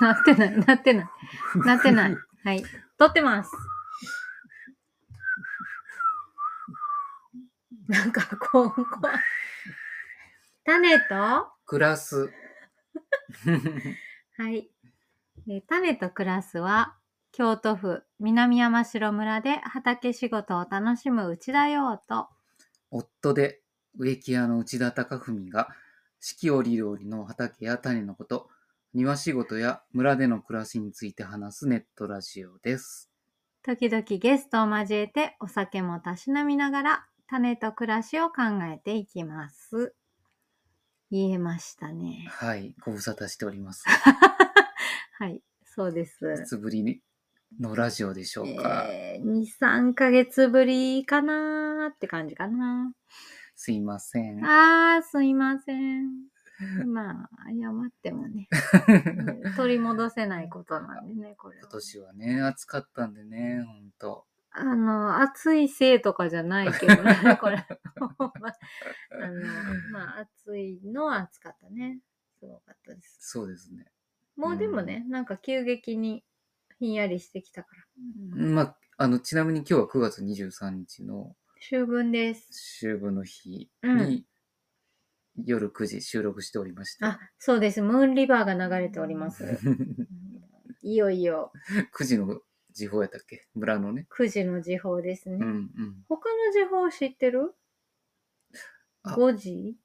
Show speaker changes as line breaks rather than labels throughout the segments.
なってない、なってない。なってない。はい。撮ってます。なんか、こう、こう。種と、は
暮らす。
い。えー種と暮らすは、京都府南山城村で畑仕事を楽しむ内田洋と、
夫で植木屋の内田隆文が四季折々の畑や種のこと、庭仕事や村での暮らしについて話すネットラジオです。
時々ゲストを交えてお酒もたしなみながら、種と暮らしを考えていきます。言えましたね。
はい、ご無沙汰しており ます。
はい、そうです。
いつぶりのラジオでしょうか。
えー、2、3ヶ月ぶりかなーって感じかな。
すいません。
あー、すいません。まあ、謝っても ね、うん取り戻せないことなんでね、これは
今。年はね、暑かったんでね、ほんと。
あの、暑いせいとかじゃないけどね、 これ。ほんまあの、まあ、暑いのは暑かったね。すごかったです。
そうですね。
もうでもね、なんか急激にひんやりしてきたから。
まあ、あの、ちなみに今日は9月23日の
秋分です。
秋分の日
うん
に、夜9時収録しておりました。
あ、そうです。ムーンリバーが流れております。 いよいよ
9時の時報やったっけ村のね。
9時の時報ですね。
うんうん。
他の時報知ってる
あ
?5 時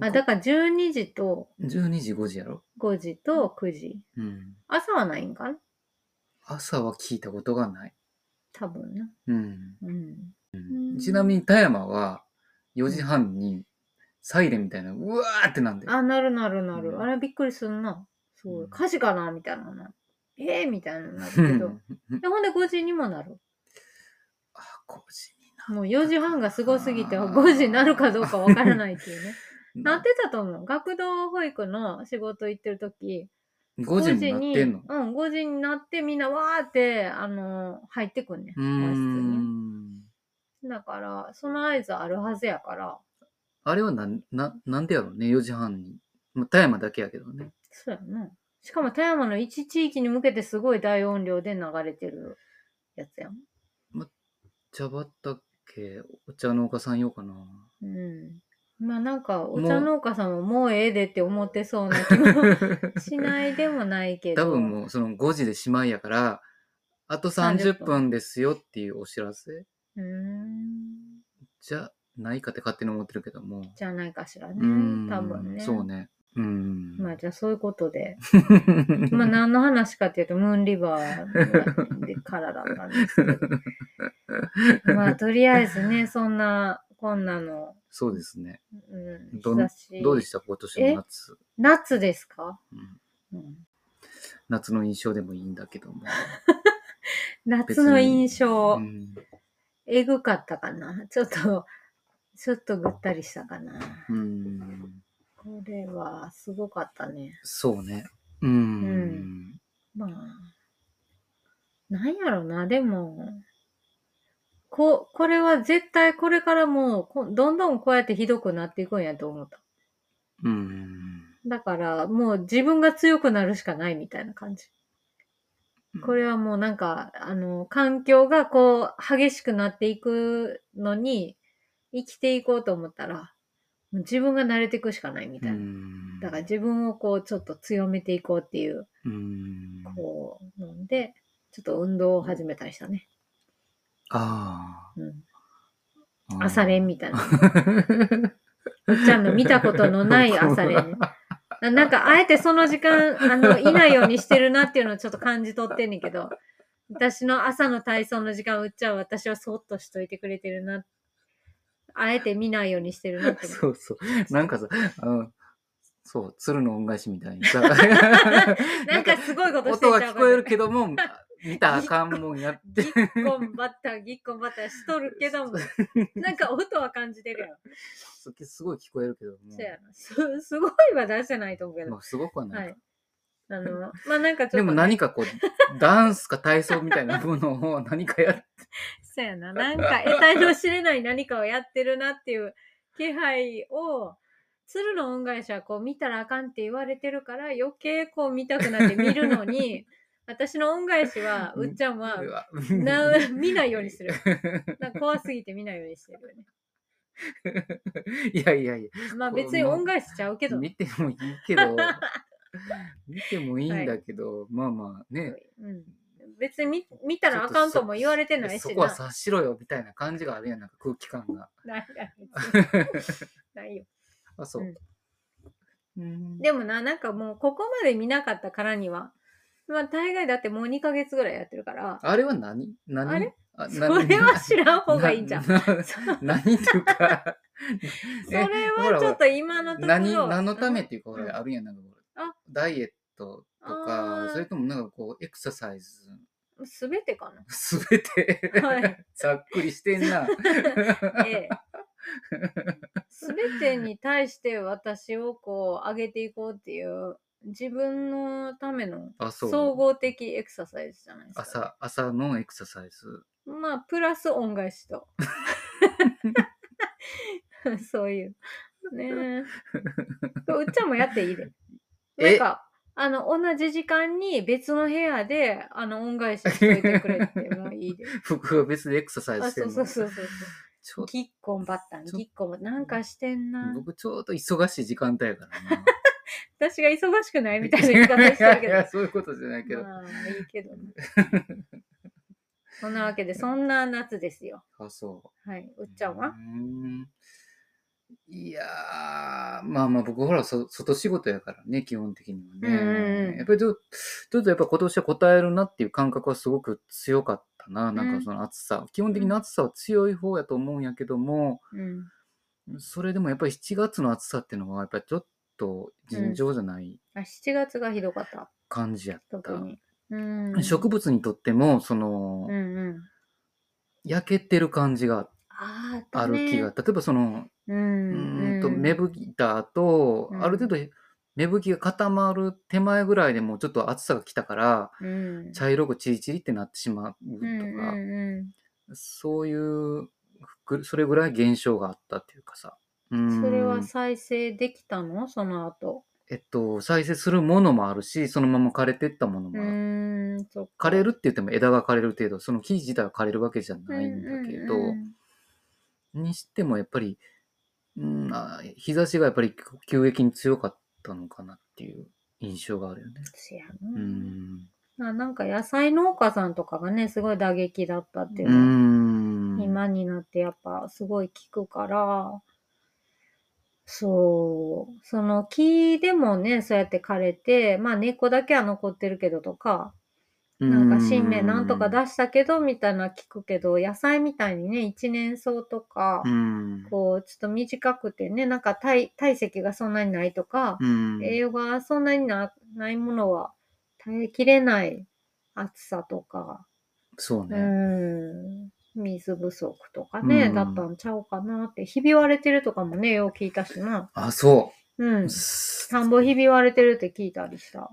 あ、だから12時と
12時5時やろ
5時と9時。
うん。
朝はないんかな
朝は聞いたことがない。
多分な。
うん。
うん。
ちなみに田山は4時半にサイレンみたいな、うわーってなんで。
あ、なるなるなる。
うん
あれびっくりすんな。すご
う
い。
ん
火事かなみたいなな。ええみたいなのになるけど。でほんで5時にもなる。
あ、5時にな。
もう4時半がすごすぎて
あー
5時になるかどうかわからないっていうね。な
な
ってたと思う。学童保育の仕事行ってる時
?5 時になってんの
うん、5時になってみんなわーって、あの、入ってくんね。
う
和
ー
室に。
ん。
だから、その合図あるはずやから、
あれはなん、な、なんでやろうね、4時半に。まあ、田山だけやけどね。
そうやな。しかも富山の一地域に向けてすごい大音量で流れてるやつやん。
茶畑、お茶農家さん用かな。
うん。まあなんか、お
も
茶
う
農家さんももうええでって思ってそうな気も しないでもないけど。
多分もうその5時でしまいやから、あと30
30
分ですよっていうお知らせ
うーん。
じゃないかって勝手に思ってるけども。
じゃないかしらね。
うーん。
多分ね。
そうね。うーん。
まあじゃあそういうことで。まあ何の話かっていうと、ムーンリバーでからだったんですけ ど。まあとりあえずね、そんな、こんなの、
そうですね。
うん、
ど
日
ん
差し。
どうでした今年の夏、
夏ですか、
うん
うん、
夏の印象でもいいんだけども。
夏の印象、
うん
えぐかったかなちょっと、ちょっとぐったりしたかな
うーん。
これはすごかったね。
そうね。うーん。
まあ、なんやろな、でも、こ、これは絶対これからもうこ、どんどんこうやってひどくなっていくんやと思った。
うーん。
だから、もう自分が強くなるしかないみたいな感じ。これはもうなんか、あの、環境がこう、激しくなっていくのに、生きていこうと思ったら、もう自分が慣れていくしかないみ
う
た
ー
いな。
ん。
だから自分をこう、ちょっと強めていこうっていう、
うーん。
こう、ので、ちょっと運動を始めたりしたね。
あ
うん。
あ。
朝練
み
みたいな。うっちゃんの見たことの ない朝練。ななんか、あえてその時間、あの、いないようにしてるなっていうのをちょっと感じ取ってんねんけど、私の朝の体操の時間、うっちゃんは私はそっとしといてくれてるな。あえて見ないようにしてるなって思う
そうそう。なんかさ、あの、そう、鶴の恩返しみたい にさ、
なんかすごいことして
音
ん
が
ちゃ
聞
う
こえるけども、見たらあかんもんやっ
ぎ
て。
っこんばった、ぎっこんばったしとるけど も、なんか音は感じてるやん。
そうすごい聞こえるけども、
そうやな。す、すごいは出してないと思うけど
ま。あ、すごくはないか。
はい。あの、まあ、なんかちょっと、
でも何かこう、ダンスか体操みたいなものを 何かやっ
そうや な。なんか、得体の知れない何かをやってるなっていう気配を鶴の恩返しはこう見たらあかんって言われてるから余計こう見たくなって見るの に私の恩返しはうっちゃんは
は
な見ないように する。なんか怖すぎて見ないようにしてるよね。
いやいやいや。
まあ別に恩返しちゃうけど。
見てもいい けど、見てもいいんだけど、まあまあね。
うん、別に見見たらあかんとも言われてない
そ
し
こは
な。
察しろよみたいな感じがあるやん、なんか空気感が。
ないない別 にないよ。
あ、そう。うん
でもな、なんかもうここまで見なかったからには、まあ大概だってもう2ヶ月ぐらいやってるから、
あれは何何
あれ
あ
それは知らん方がいいんじゃん。
な
そ
な何っていうか、
それはちょっと今のところ。
何、何のため
う
っ
ん
ていうか、
ん
ほらあるやん、なんかほら
あ
ダイエットと
あ
か
ー、
それともなんかこう、エクササイズ、
すべてかな。
すべて、
はい
ざっくりしてんな。
ええ。すべてに対して私をこう上げていこうっていう自分のための
あ、そう。
総合的エクササイズじゃないですか。
朝、朝のエクササイズ。
まあ、プラス恩返しと。 そういう。ねえ。うっちゃんもやっていいで。な
え
んか、あの、同じ時間に別の部屋で、あの、恩返ししといてくれってもういい で。
僕は別でエクササイズ
あ、
して
そ
る
う
の。
そうそうそう。
ちょ
ぎっこんばったん、
ちょ
ぎっこんばなんかしてんな。
僕ちょうど忙しい時間帯やからな。
私が忙しくない みたいな言い方してるけど
いやい。やそういうことじゃないけど。
まあ、いいけどね。 そんなわけで、そんな夏ですよ。
あ、そう。
はい。うっちゃん
うー
は
んいやー、まあまあ僕ほら、そ外仕事やからね、基本的にはね。
うんうん
やっぱりちょちょっとやっぱ今年は答えるなっていう感覚はすごく強かったな、なんかその暑さ。基本的に暑さは強い方やと思うんやけども、
うん。
それでもやっぱり7月の暑さっていうのは、やっぱりちょっと尋常じゃない
あ、7月がひどかった。
感じやった。
特に。うん。
植物にとっても、その、
うんうん。
焼けてる感じが
ああ、
ある気が、
だね。
例えばその、
う。
うんーんと芽吹いた後、
うん
ある程度芽吹きが固まる手前ぐらいでもうちょっと暑さが来たから、
うん。
茶色くチリチリってなってしまうと
う
か、
んうん
そういうぐそれぐらい現象があったっていうかさうー
うん
ん
それは再生できたのその後。
えっと再生するものもあるしそのまま枯れてったもの
う
もある、
ーん、そっか
枯れるって言っても枝が枯れる程度その木自体は枯れるわけじゃないんだけど、
うんうん
にしてもやっぱり、うん、あ日差しがやっぱり急激に強かったのかなっていう印象があるよね。
せや
う
な。
ん。
まあなんか野菜農家さんとかがね、すごい打撃だったっていう
う
のは、
ん。
今になってやっぱすごい効くから、そう、その木でもね、そうやって枯れて、まあ根っこだけは残ってるけどとか、なんか新芽なんとか出したけどみたいなの聞くけど、野菜みたいにね、一年草とか
う、ん。
こう、ちょっと短くてね、なんか体体積がそんなにないとか、
うん。
栄養がそんなになないものは耐えきれない暑さとか、
そ
う
うね。
ん、水不足とかね、
うん
だったんちゃうかなって、ひび割れてるとかもね、よう聞いたしな。
あ、そうう。
ん。田んぼひび割れてるって聞いたりした。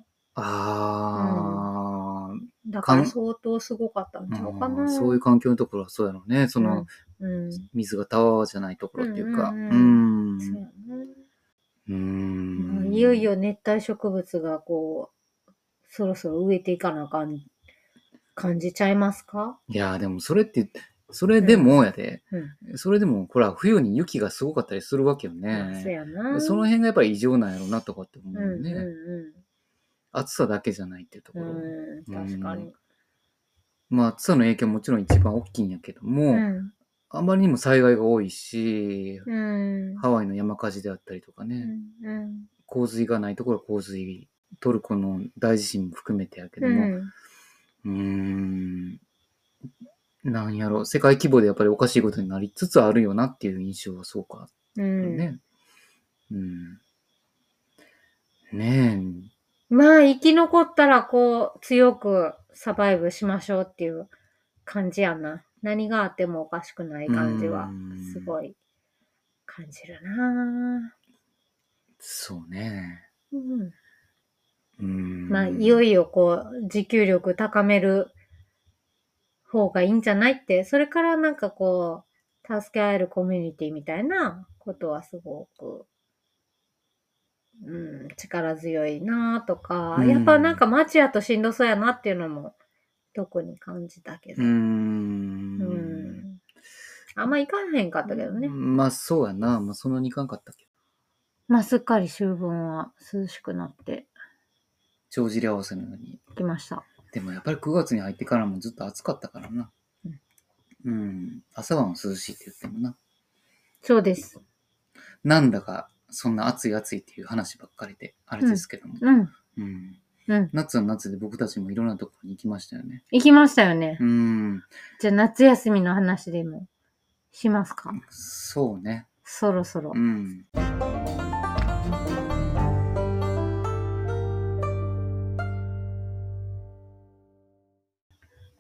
あー
だから
かん
相当すごかったんちゃうか
う
な。
ん。そういう環境のところはそうやろうね。その、
うん、そ
水がたわわじゃないところっていうか。
う
うん
う
ん。
やね。
うん
まあいよいよ熱帯植物がこう、そろそろ植えていかなあかん感じちゃいますか
いやーでもそれって、それでもやで、それでもほら冬に雪がすごかったりするわけよ
そう
ね。
やな。
その辺がやっぱり異常なんやろうなとかって思
う
うよ
ん
ね、
う
暑さだけじゃないっていうとこ
んう
ろ。
ん。うん、確かに。
まあ暑さの影響ももちろん一番大きいんやけども、
うん。
あまりにも災害が多いし、
うん。
ハワイの山火事であったりとかね、
うんうん
洪水がないところは洪水、トルコの大地震も含めてやけど
う
も、
ん。
うーんなんやろ世界規模でやっぱりおかしいことになりつつあるよなっていう印象はそうか
うん
ね。うん。ね
まあ、生き残ったら、こう、強くサバイブしましょうっていう感じやな。何があってもおかしくない感じは
うん、
すごい感じるな
え、そうね。
ぁうん。
うん。
まあ、いよいよ、こう、持久力高める方がいいんじゃないって、それからなんかこう、助け合えるコミュニティみたいなことはすごくうん、力強いなとか、
うん
やっぱなんか町やとしんどそうやなっていうのも特に感じたけ
う
ど。
ー。
うんんあんま行かへんかったけどね。
まあそうやな。まあそんなにいかんかったけど。
まあすっかり秋分は涼しくなって
帳尻合わせのように。
きました。
でもやっぱり9月に入ってからもずっと暑かったからな。うん。朝晩は涼しいって言ってもな。
そうです。
なんだかそんな暑い暑いっていう話ばっかりで、あれですけども。
うん。
うん。
うん。
夏は夏で僕たちもいろんなところに行きましたよね。
行きましたよね。
うん。
じゃあ夏休みの話でもしますか。
そうね。
そろそろ
う。ん。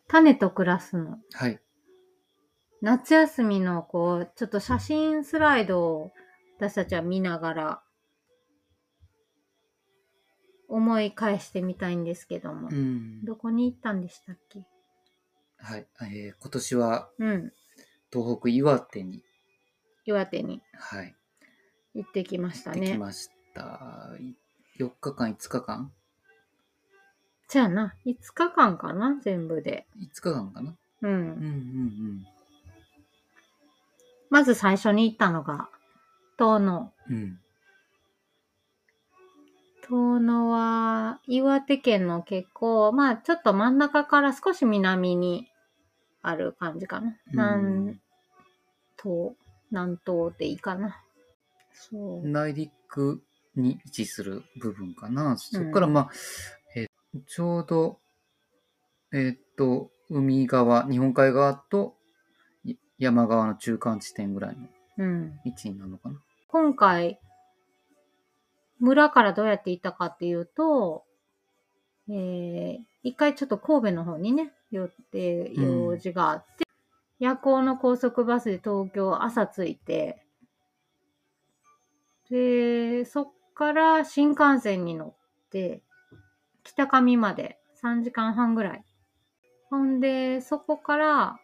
種と暮らすの。
はい。
夏休みのこう、ちょっと写真スライドを私たちは見ながら思い返してみたいんですけども。
うん。
どこに行ったんでしたっけ
はい。えー今年は
うん。
東北岩手に、
岩手に
はい。
行ってきました
でき
ね。
ました。4日間、5日間
じゃあな、5日間かな、全部で。
?5 日間かな
う
うん
ん。
うんうん。
まず最初に行ったのが、遠野。
うん。
遠野は、岩手県の結構、まあちょっと真ん中から少し南にある感じかな。南東、南東でいいかな。そう。
内陸に位置する部分かな。そこからまあ、えーちょうど、えーっと、海側、日本海側とい山側の中間地点ぐらいの
うん。
位置になるのかな。
今回、村からどうやって行ったかっていうと、えー一回ちょっと神戸の方にね、寄って
うん
用事があって、夜行の高速バスで東京朝着いて、で、そっから新幹線に乗って、北上まで3時間半ぐらい。ほんで、そこから、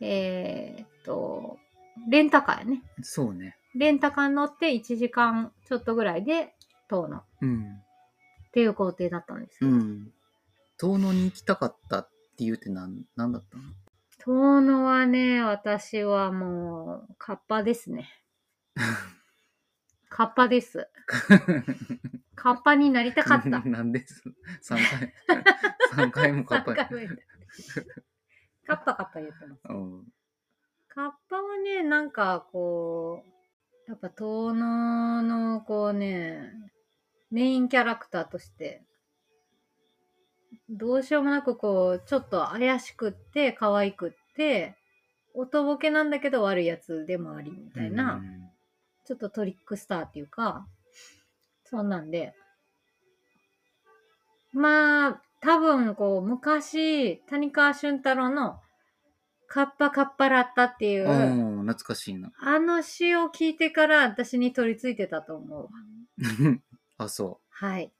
えーっと、レンタカーやね。
そうね。
レンタカーに乗って1時間ちょっとぐらいで遠野っ
うん。
ていう工程だったんです
う
よ。
ん。遠野に行きたかったっていうってなんなんだったの
遠野はね、私はもう、カッパですね。カッパ です。カッパになりたかった。
なんです。3回。3回もカッパ
カッパ言ってカッパカッパ言ってます。
うん。
カッパはね、なんかこう、やっぱ遠野のこうね、メインキャラクターとして、どうしようもなくこう、ちょっと怪しくって、可愛くって、おとぼけなんだけど悪いやつでもありみたいな、
うん
ちょっとトリックスターっていうか、そんなんで。まあ、多分こう、昔、谷川俊太郎のカッパカッパラッタっていう、
おー懐かしいな。
あの詩を聞いてから私に取り付いてたと思うわ。
あ、そ
はい。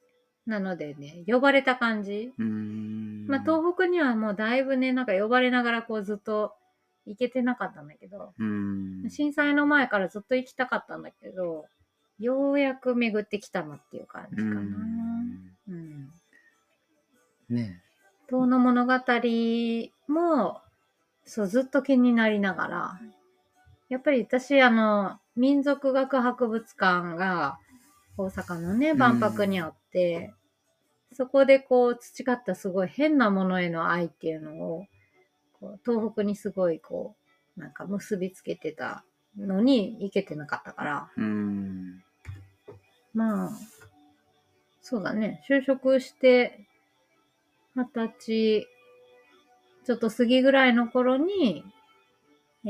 なのでね、呼ばれた感じ。
う。うーん。
まあ、東北にはもうだいぶね、なんか呼ばれながらこうずっと行けてなかったんだけど、
うーん。
震災の前からずっと行きたかったんだけど、ようやく巡ってきたなっていう感じ
う
かな。
ん
うん。
ね
遠の物語も、そう、ずっと気になりながら、やっぱり私、あの、民族学博物館が大阪のね、
ん
万博にあって、そこでこう、培ったすごい変なものへの愛っていうのを、こう東北にすごいこう、なんか結びつけてたのに行けてなかったから、
え。うーん。
まあ、そうだね。就職して、二十歳、ちょっと過ぎぐらいの頃に、え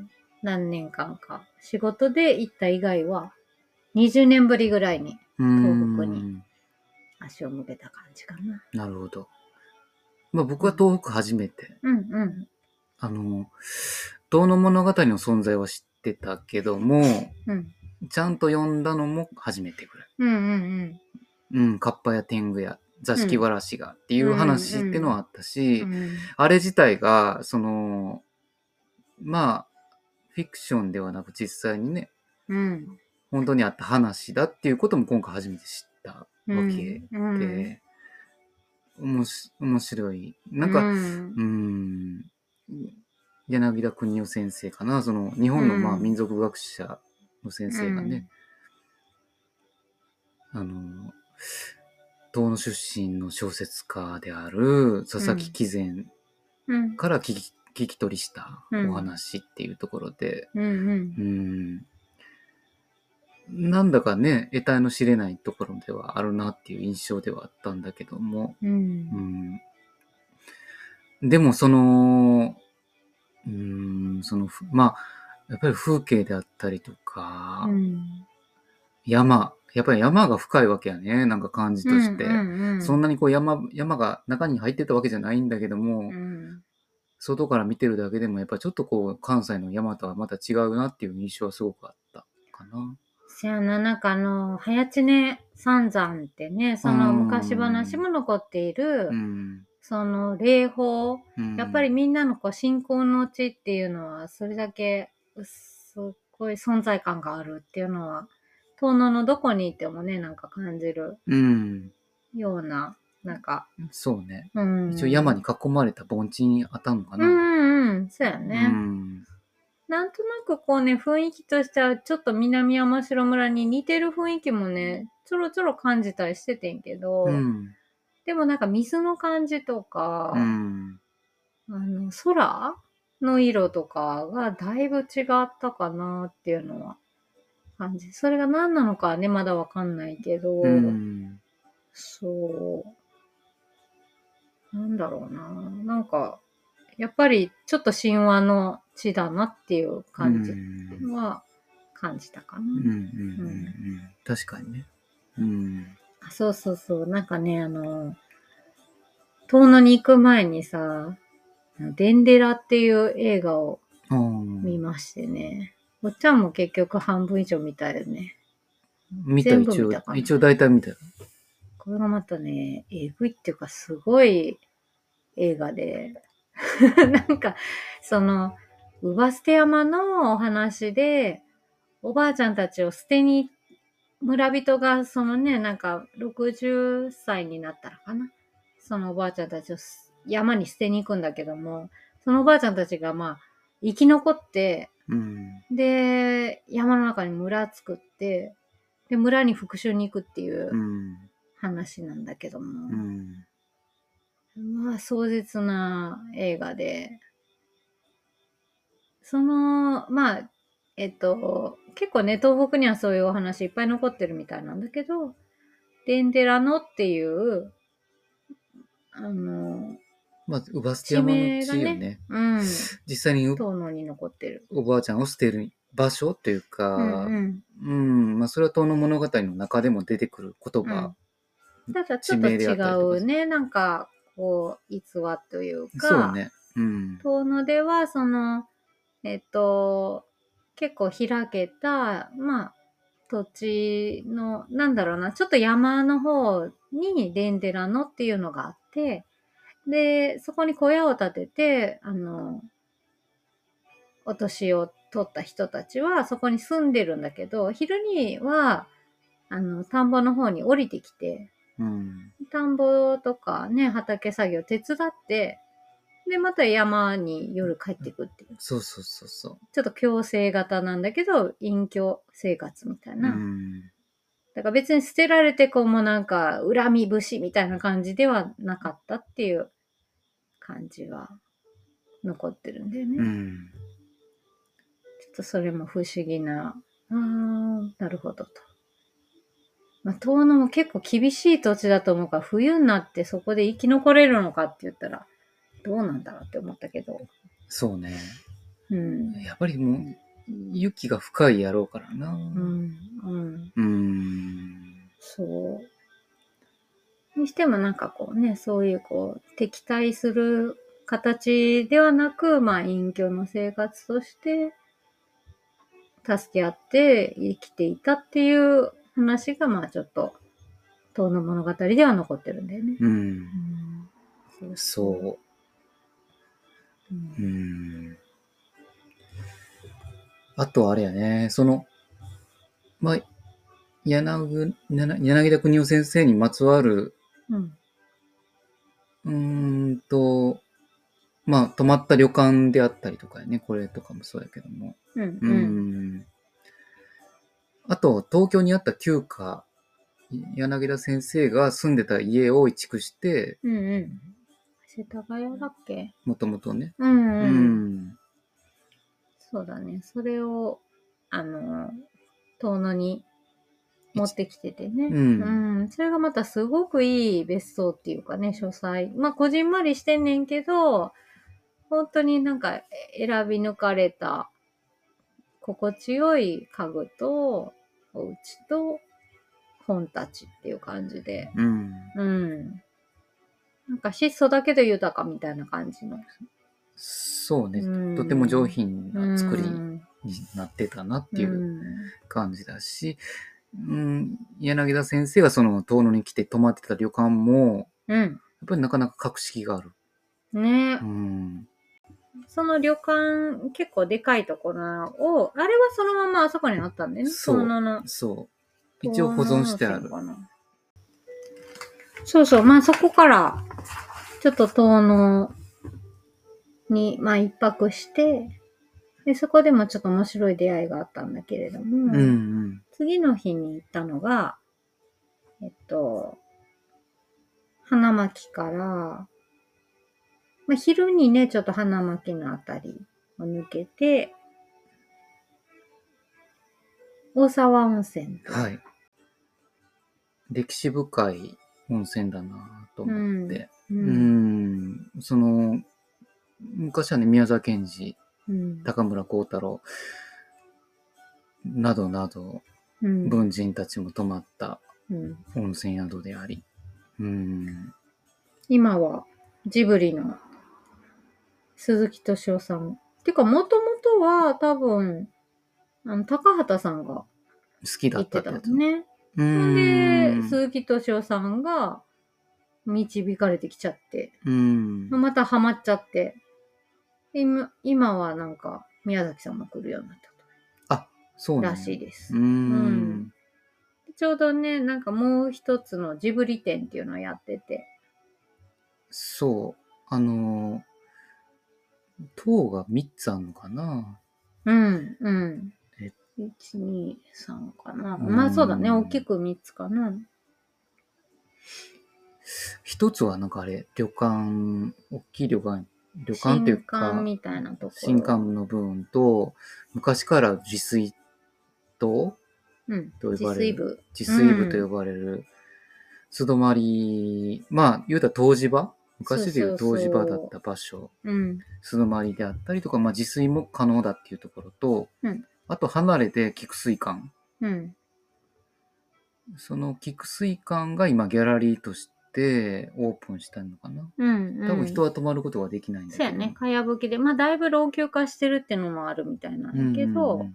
ー、何年間か、仕事で行った以外は、20年ぶりぐらいに
うーん
東北に足を向けた感じかな。
なるほど。まあ僕は東北初めて。
うんう
あの、遠野物語の存在は知ってたけども、
ん。うん。
ちゃんと読んだのも初めてぐらい。
うんうん
うん、カッパや天狗や座敷わらしがっていう話ってのはあったし、
うん。うん
あれ自体が、その、まあ、フィクションではなく実際にね、
うん。
本当にあった話だっていうことも今回初めて知ったわけ
うん
で、
うん
おもし面白い。なんか、
うん
うーん柳田邦夫先生かな、その日本の
うん
まあ民族学者の先生がね、あの、遠野出身の小説家である佐々木貴善
うん
から聞き聞き取りした
うん
お話っていうところで、
うんうん
うーん、なんだかね、得体の知れないところではあるなっていう印象ではあったんだけども、
う
うんんでもその、うん、その、ふまあ、やっぱり風景であったりとか、
うん
山、やっぱり山が深いわけやね、なんか感じとして。
うんうんうん
そんなにこう山、山が中に入ってたわけじゃないんだけども、
うん
外から見てるだけでもやっぱりちょっとこう関西の山とはまた違うなっていう印象はすごくあったかな。
せやな、なんかあの、早知根三山ってね、その昔話も残っている、
うん。
その霊峰、
うん
やっぱり、みんなのこう信仰の地っていうのは、それだけうすっごい存在感があるっていうのは、遠野のどこにいてもね、なんか感じる
うん。
ような、なんか、
そうね。
うん。
一応山に囲まれた盆地にあったのか
う
な。
んうん、そうやね。
うん
なんとなくこうね、雰囲気としては、ちょっと南山城村に似てる雰囲気もね、ちょろちょろ感じたりしててんけど、
うん。
でもなんか水の感じとか、
うん。
あの、空の色とかがだいぶ違ったかなっていうのは感じ。それが何なのかはね、まだわかんないけど、
うん。
そう。なんだろうな。なんか、やっぱりちょっと神話の地だなっていう感じ
うん
は感じたかな。
うんうんうんうん。確かにね。うん。
あそうそうそう。なんかね、あの、遠野に行く前にさ、あのデンデラっていう映画を
あ
見
ー
ましてね。おっちゃんも結局半分以上見たよね。
見た
全部
一応
見たかな
一応大体見たよ。
これがまたね、えぐいっていうかすごい映画で。 なんか、その、ウバステ山のお話で、おばあちゃんたちを捨てに、村人がそのね、なんか60歳になったらかな。そのおばあちゃんたちをす山に捨てに行くんだけども、そのおばあちゃんたちがまあ、生き残って、
うん。
で、山の中に村作って、で、村に復讐に行くっていう
う。
うん話なんだけど
う
も、
ん。
まあ、壮絶な映画で、その、まあ、えっと、結構ね、東北にはそういうお話いっぱい残ってるみたいなんだけど、デンデラノっていう、あの、
まあ、ウバステ山の地よ
地名が
ね。
うん、
実際にう
遠野に残ってる。
おばあちゃんを捨てる場所という
う
か、
ん
うん。まあ、それは遠の物語の中でも出てくる言葉。
ただちょっと
地名であったりとか
違うね、なんか、こう、逸話というか、
そうね。うん。
遠野では、その、えっと、結構開けた、まあ、土地の、なんだろうな、ちょっと山の方にデンデラのっていうのがあって、で、そこに小屋を建てて、あの、お年を取った人たちはそこに住んでるんだけど、昼には、あの、田んぼの方に降りてきて、
うん。
田んぼとかね、畑作業手伝って、で、また山に夜帰ってくっていう。
そうそうそうそ。
ちょっと強制型なんだけど、隠居生活みたいう
う
な。
ん。
だから別に捨てられてこうもなんか恨み節みたいな感じではなかったっていう感じは残ってるんだよね。
う
ちょ
ん。
っとそれも不思議な、あー、なるほどと。まあ、遠野も結構厳しい土地だと思うから、冬になってそこで生き残れるのかって言ったら、どうなんだろうって思ったけど。
そうね。
うん。
やっぱりもう、雪が深いやろうからな。
うん。うん。
うーん。
そう。にしてもなんかこうね、そういうこう、敵対する形ではなく、まあ隠居の生活として、助け合って生きていたっていう話が、まあちょっと、遠の物語では残ってるんだよね。
うん。
うん。
そうう。うんん。あとあれやね、その、まあ、柳柳柳田邦夫先生にまつわる、
うん。
うーんと、まあ、泊まった旅館であったりとかやね、これとかもそうやけども。
うん。
う
うん。
ん。あと、東京にあった旧家、柳田先生が住んでた家を移築して、
うんうん。世田谷だっけ
もともとね。
うん
う
うん。
ん。
そうだね。それを、あの、遠野に持ってきててね。
うん
うん、それがまたすごくいい別荘っていうかね、書斎。まあ、こじんまりしてんねんけど、本当になんか選び抜かれた、心地よい家具と、お家と、本たちっていう感じで。
うん。
うん。なんか質素だけど豊かみたいな感じの。
そうね。
うん
とても上品な作り
うん
になってたなっていう感じだし、うん、柳田先生がその遠野に来て泊まってた旅館も、
うん。
やっぱりなかなか格式がある。
うん。ねえ
うん。
その旅館、結構でかいところを、あれはそのままあそこにあったんだよね。
そう
遠野の。
そう。一応保存してあ
遠
る。
野温泉かな。そうそう、まあそこから、ちょっと遠野に、まあ一泊して、で、そこでもちょっと面白い出会いがあったんだけれども、
うんうん。
次の日に行ったのが、えっと、花巻から、まあ、昼にね、ちょっと花巻のあたりを抜けて、大沢温泉と。
はい。歴史深い温泉だなと思って。
う。
うんん。その、昔はね、宮沢賢治、
うん。
高村光太郎、などなど、
うん。
文人たちも泊まった
うん
温泉宿であり。うん。
今は、ジブリの鈴木敏夫さん。てか、もともとは多分、あの、高畑さんが
好きだ
行っ
った
て
ったて
ん
や
です
つ。
ね。
う
ほんで、
ん。
鈴木敏夫さんが導かれてきちゃって、
うん。
またハマっちゃって、今今はなんか宮崎さんも来るようになっ
そ
た
うなん
ら
だ
しいです。
う
うん
ん。
ちょうどね、なんかもう一つのジブリ展っていうのをやってて、
そう。あのー、塔が3つあるのかな
うん、うん
え。
1、2、3かな。
うん
まあそうだね、大きく3つかな。
一つはなんかあれ、旅館、大きい旅館、旅館っていう
新
か
館、みたいなところ。
新館の部分と、昔から自炊と、
うん。
と呼
自
ばれ
炊
る、
部。
自炊部と呼ばれる、素泊まり、まあ、言うたら湯治場昔でいう湯治場だった場所、
うん。
素泊まりであったりとか、まあ自炊も可能だっていうところと、
うん
あと離れて菊水館。
うん。
その菊水館が今ギャラリーとしてオープンしたのかな
うん。うん
多分人は泊まることができないんだけ
そう
ど。
やね、かやぶきで。まあ、だいぶ老朽化してるってのもあるみたいな
うんうんうん
んだけど、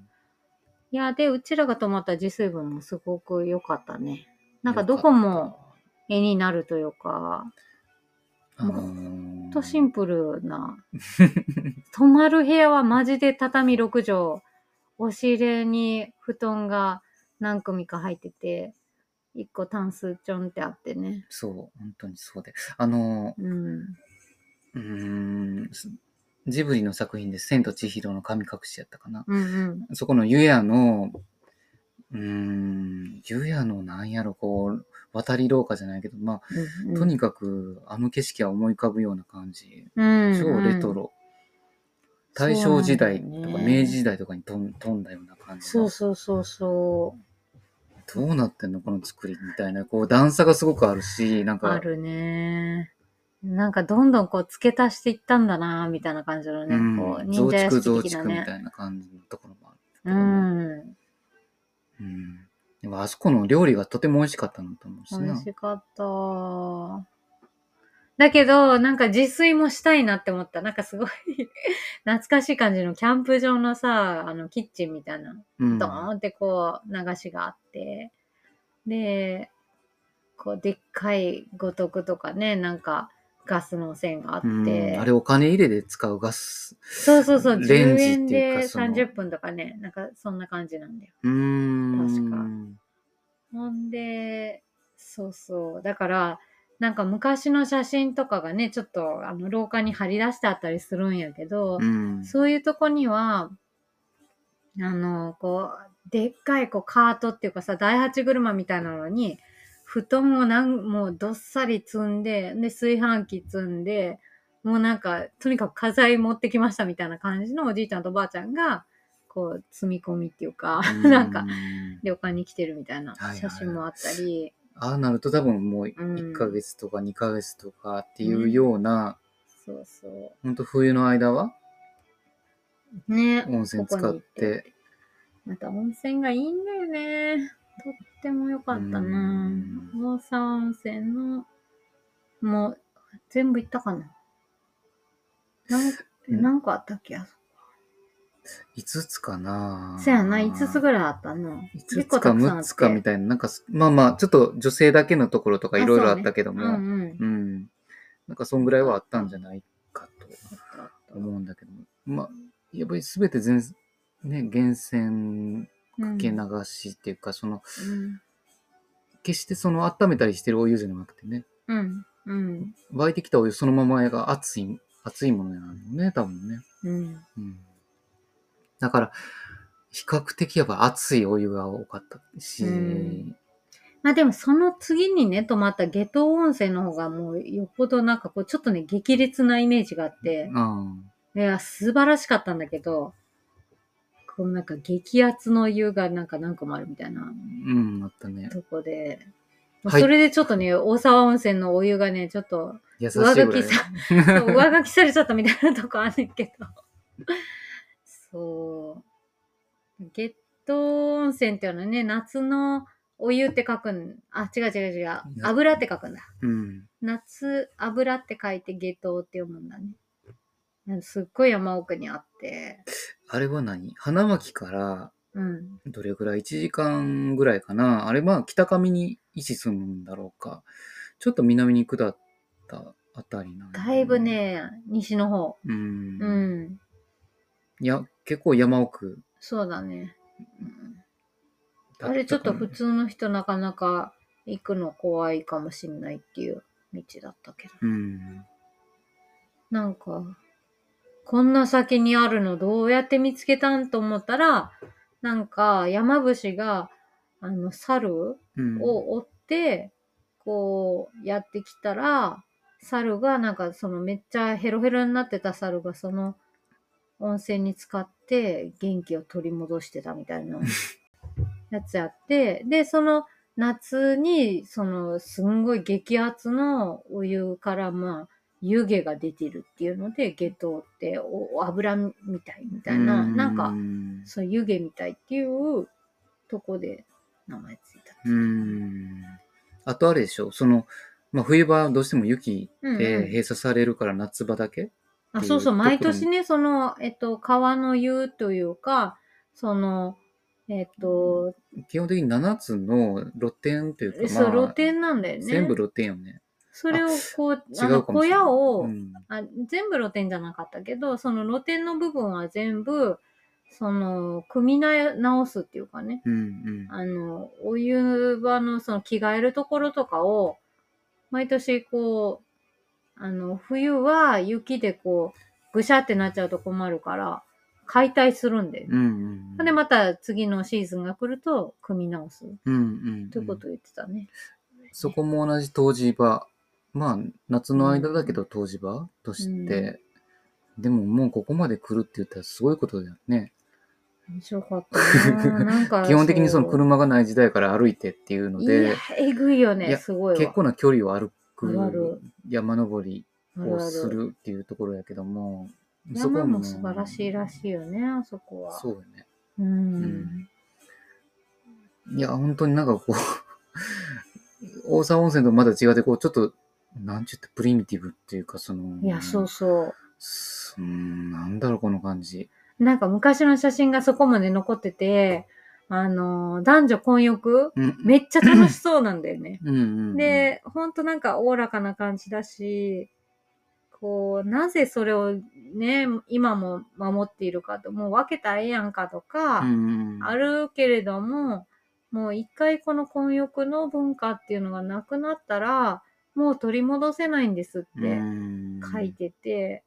いや、で、うちらが泊まった自炊分もすごく良かったね。なんかどこも、絵になるというか、
あのー
ほんとシンプルな。泊まる部屋はマジで畳6畳、押し入れに布団が何組か入ってて、1個タンスちょんってあってね。
そう、本当にそうで。あの
うん。
ー、うーん、ジブリの作品で千と千尋の神隠しやったかな。
うん
そこの湯屋の、うーん、湯屋のなんやろ、こう、渡り廊下じゃないけど、まあ、
うん。
とにかくあの景色は思い浮かぶような感じ。
うん
超レト。ロ。大正時代と
そうなん
か
だよね
明治時代とかに飛ん飛んだような感じ
そ
の
うそうそうそう。
どうなってんのこの作りみたいな、こう段差がすごくあるし、なんか、
あるね。なんかどんどんこう付け足していったんだなみたいな感じのね、
うん
こう忍
増
者屋敷
築増
的な
築み
ね。
たいな感じのところもあるけ
う
ども
ん。
うんでもあそこの料理がとても美味しかったのと思うし
美
な
味。しかった。だけど、なんか自炊もしたいなって思った。なんかすごい 懐かしい感じのキャンプ場のさ、あのキッチンみたいな
うん
ドーンってこう流しがあって、で、こうでっかい五徳とかね、なんかガスの線があって、
うん、あれお金入れで使うガス。
そうそうそう、
レン
10
ジ
円
っていう
で
かその
30分とかね、なんかそんな感じなんだよ。
うーん。
確かほんで、そうそう。だから、なんか昔の写真とかがね、ちょっとあの廊下に貼り出してあったりするんやけど、
うん。
そういうとこには、あの、こう、でっかいこうカートっていうかさ、大八車みたいなのに、布団をなん、もうどっさり積んで、で、炊飯器積んで、もうなんか、とにかく家財持ってきましたみたいな感じのおじいちゃんとおばあちゃんが、こう、積み込みっていう か、
う
なんか、。旅館に来てるみたいな
はいはい
写真もあったり、
ああなると多分もう
うん
1ヶ月とか2ヶ月とかっていうような、
そうそ
ほんと冬の間は
う。ね。
温泉使っ
ここに行
て。。
また温泉がいいんだよね。とっても良かった
う。
なん大沢温泉の、もう、全部行ったかな。なん
うん
なんかあったっけ、あそこ
5つかな
そやな、5つぐらいあったな。
5つか6つかみ
た
たいな、なんかす、まあまあ、ちょっと女性だけのところとかいろいろあったけども、
うんうん。
うん。なんか、そんぐらいはあったんじゃないか
あったあった
と思うんだけども、まあ、やっぱり全て全、ね、源泉
うん
受け流しっていうか、その、
うん
決してその温めたりしてるお湯じゃなくてね、
うん。うん。
湧いてきたお湯そのままが熱い、熱いものなんだよね、多分ね。
うん。
うん。だから、比較的やっぱ熱いお湯が多かったし、
うんまあでもその次にね、泊まった下東温泉の方がもうよっぽどなんかこうちょっとね、激烈なイメージがあって、
うん。
いや、素晴らしかったんだけど、こうなんか激アツの湯がなんか何個もあるみたいな
うん、あったね。
とこで、
はい
それでちょっとね、大沢温泉のお湯がね、ちょっ と
優しいぐら
上
い。
書きさ、そう上書きされちゃったみたいなとこあんねんけど。そう。ゲット温泉っていうのはね、夏のお湯って書くん、あ、違う違う違う、油って書くんだ。
うん。
夏油って書いて下等って読むんだね。うんすっごい山奥にあって。
あれは何花巻から
うん。
どれぐらい ?1 時間ぐらいかなあれは北上に位置するんだろうか。ちょっと南に下ったあたりなん
だいぶ。ね、西の方。
うん。
うん。
いや、結構山奥
そうだね。うん
だたか
あ
な
れちょっと普。通の人なかなか行くの怖いかもしんないっていう道だったけど。
うん。
なんか、こんな先にあるのどうやって見つけたんと思ったら、なんか山伏が、あの、猿
うん。
を追って、こうやってきたら、猿がなんかそのめっちゃヘロヘロになってた猿がその温泉に使って元気を取り戻してたみたい なやつやって、で、その夏にそのすんごい激圧のお湯からまあ湯気が出てるっていうので、下等ってお油みたいみたいな、
うん
なんかそう湯気みたいっていうとこで名前ついたって
う。
いうん
あとあれでしょその、まあ、冬場はどうしても雪
うんうん
で閉鎖されるから夏場だけ、っ
あ
ていう
そうそう、
ところ
毎年ね、その、えっと、川の湯というか、その、えっと、
基本的に7つの露天というか、
そう、露天なんだよね。
全部露天よね。
それをこう、あ
違
の、
うかも
小
しれない。
屋を、
うん
あ、全部露天じゃなかったけど、その露天の部分は全部、その、組みな直すっていうかね、
うんうん
あの、お湯場のその着替えるところとかを、毎年こう、あの、冬は雪でこう、ぐしゃってなっちゃうと困るから、解体するんだよね。
うんうんうん。
で、また次のシーズンが来ると、組み直す。
うんうんうん
ということを言ってたね。
そこも同じ湯治場。まあ、夏の間だけど湯治場として、でももうここまで来るって言ったらすごいことだよね。
面白かったなぁ。なんか。
基本的にその
う
車がない時代から歩いてっていうの
いや
で、、
えぐいよ
い
ね、
や
すごいわ。
結構な距離を歩
あるあ
く山登り
ある
を
あ
す
る。
るっていうところやけども、
山も素晴らしいらしいよね、あそこは。
そうよね。
う
うん
ん。
いや、本当になんかこう、大沢温泉とまだ違って、こう、ちょっと、なんちゅって、プリミティブっていうか、その、
いや、そうそう。
すうーん、なんだろう、この感じ。
なんか昔の写真がそこまで残ってて、あの、男女混浴
うん、
めっちゃ楽しそうなんだよね。
うん、うん。
で、ほんとなんかおおらかな感じだし、こう、なぜそれをね、今も守っているかと、もう分けたらええやんかとか、
うん
あるけれども、もう一回この混浴の文化っていうのがなくなったら、もう取り戻せないんですって書いてて、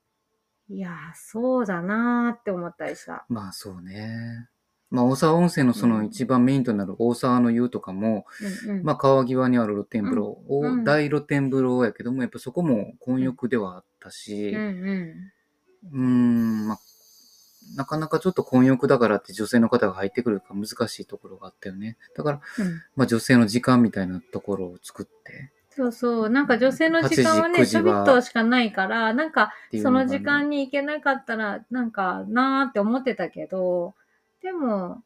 いやー、そうだなーって思ったりした。
まあそうね。まあ大沢温泉のその一番メインとなる大沢の湯とかも、
うんうん
まあ川際にある露天風呂、
んうん
お大露天風呂やけども、やっぱそこも混浴ではあったし、
うん
う
うん
ーん、まあ、なかなかちょっと混浴だからって女性の方が入ってくるか難しいところがあったよね。だから、
うん
まあ女性の時間みたいなところを作って
そうそう。なんか女性の時間は
8
ね、
時
ち
9
ょ
時
び
は
っとしかないから、なんか
っていう
そ
がね
の時間に行けなかったら、なんかなーって思ってたけど、でも、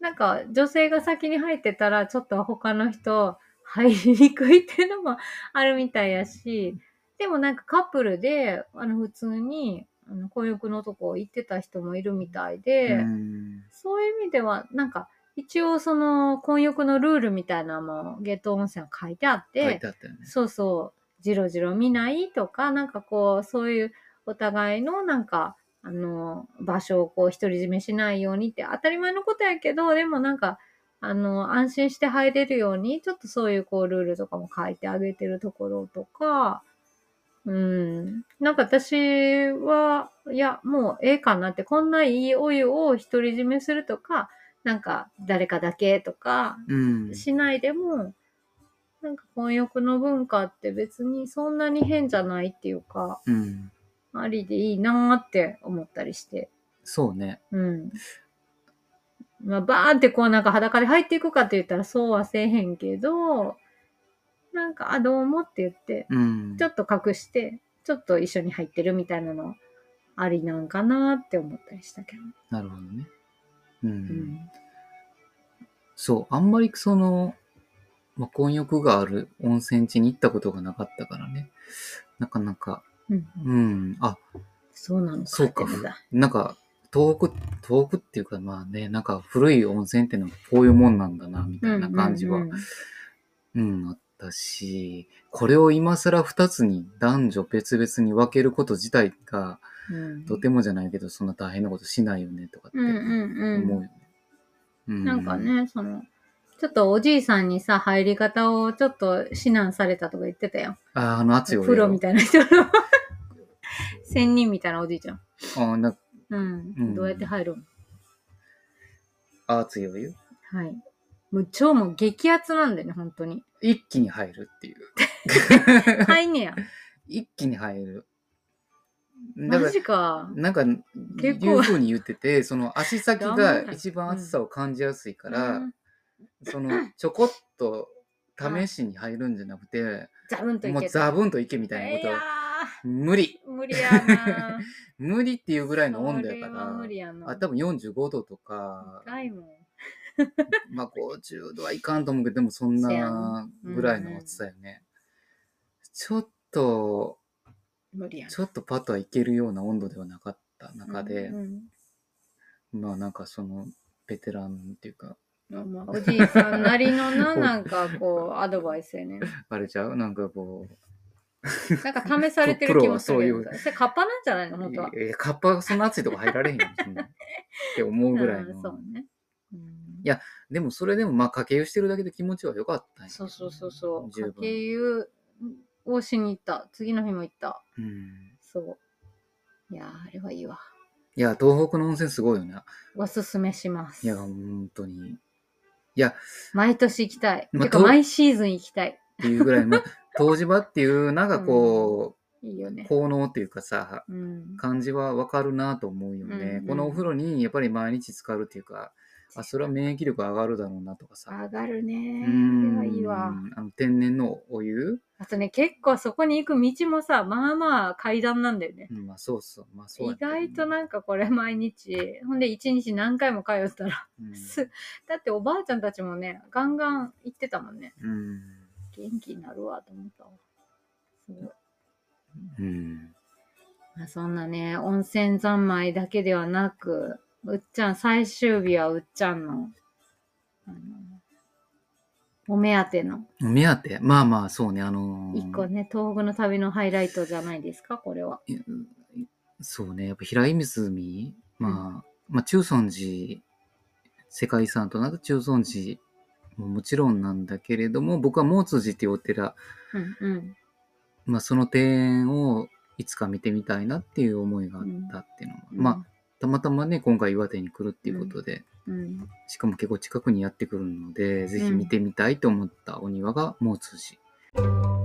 なんか女性が先に入ってたら、ちょっと他の人入りにくいっていうのもあるみたいやし、でもなんかカップルで、あの普通に、あの、婚浴のとこ行ってた人もいるみたいで、
うん
そういう意味では、なんか、一応その、婚浴のルールみたいなのも、ゲート温泉は書いてあって、
書いてあったよね。
そうそう、じろじろ見ないとか、なんかこう、そういうお互いのなんか、あの、場所をこう、独り占めしないようにって、当たり前のことやけど、でもなんか、あの、安心して入れるように、ちょっとそういうこう、ルールとかも書いてあげてるところとか、うん。なんか私は、いや、もうええかなって、こんないいお湯を独り占めするとか、なんか誰かだけとか、
うん。
しないでも、なんか婚浴の文化って別にそんなに変じゃないっていうか、
うん。
ありでいいなーって思ったりして。
そうね。
うん。まあ、バーンってこうなんか裸で入っていくかって言ったらそうはせえへんけど、なんか、あ、どうもって言って、
うん。
ちょっと隠して、ちょっと一緒に入ってるみたいなのありなんかなーって思ったりしたけど。
なるほどね。うん。
うん。
そう、あんまりその、まあ、混浴がある温泉地に行ったことがなかったからね。なかなか、
うん、
うん、あ、
そうなのか。
そうか
ってな。
なんか、遠く、遠くっていうか、まあね、なんか古い温泉ってのはこういうもんなんだな、みたいな感じ
う
は、うんん
うんうん
あったし、これを今更二つに男女別々に分けること自体が、
うん
とてもじゃないけど、そんな大変なことしないよね、とかって
うん
思うよ
うんうん。
ね。うん
なんか。ね、その、ちょっとおじいさんにさ、入り方をちょっと指南されたとか言ってたやん。
あー、あの熱いお湯
プロみたいな人の。 仙人みたいなおじいちゃん。
あーなんか
うん。
うん
どうやって入るん
あー、熱いお湯
はい。もう超もう激アツなんだよね、本当 に。
一気に入るってい う。
入んねや。
一気に入る。だか
マ
ら、
ジか。
なんか、
結構
いうふうに言ってて、その足先
我慢
が
ない
一番暑さを感じやすいか
う
ら
ん、
その、ちょこっと試しに入るんじゃなくて、
ザブンとい
も
け
う
た。
ザブンといけみ
ブ
たいなこ
いや
と、無理
ー無理やな。
無理っていう ぐらいの温
そ
度
れ
やか
は
ら
無、理やな。
あ、多分45度とか、
高いもん。
まあ50度はいかんと思うけど、でもそん
せやな
なぐらいの暑さよね。ちょっと、
無理やな
ちょっとパッとはいけるような温度ではなかった中で、
うんうん
まあなんかそのベテランっていうか、
まあまあおじいさんなりのな、なんかこう、アドバイスやね。
あれちゃうなんかこう、
なんか試されてる気もするやん
プロは
か。
そう
それカッパなんじゃないの本
い
当は。
やカッパがそんな暑いとこ入られへんよ、そんなって思うぐらい
うんそ
の
う。ね。うん
やでもそれでもまあ掛け湯してるだけで気持ちは良かったんやけど
そうそうそうそう。
十
家
分。
計湯をしに行った。次の日も行った。
うん。
そう。いやー、あれはいいわ。
いや、東北の温泉すごいよね。
おすすめしま
い
す
や、。本当に。いや、
毎年行きたい。
まあ
てか
と
毎シーズン行きたい。
っていうぐらい、まあ、湯治場っていう、なんかこ
いいよ
う、
ね。
効能っていうかさ、
うん。
感じはわかるなと思うよね。
うんうん
このお風呂にやっぱり毎日浸かるっていうか、あ、それは免疫力上がるだろうなとかさ。
上がるね。
う
あれはいいわ。
んあの天然のお湯、
あとね、結構そこに行く道もさ、まあまあ階段なんだよね。
うん、まあそうそう。まあそうや
意
ったよね
外と、なんかこれ毎日、ほんで一日何回も通ったら、
うん
す だっておばあちゃんたちもね、ガンガン行ってたもんね。
うん。
元気になるわと思ったわ。そう
うん。
まあ、そんなね、温泉三昧だけではなく、うっちゃん、最終日はうっちゃんの、あの、お目当ての
お目当てまあまあ、そうね、あのー
一個ね、東北の旅のハイライトじゃないですか、これは。
そうね、やっぱ平井湖、まあ、まあ、中尊寺、世界遺産となった中尊寺ももちろんなんだけれども、僕は毛通寺っていうお寺、
うんうん。
まあ、その庭園をいつか見てみたいなっていう思いがあったっていうのは、まあ、たまたまね、今回岩手に来るっていうことで、
うん、
しかも結構近くにやってくるので、ぜひ見てみたいと思ったお庭が毛通寺。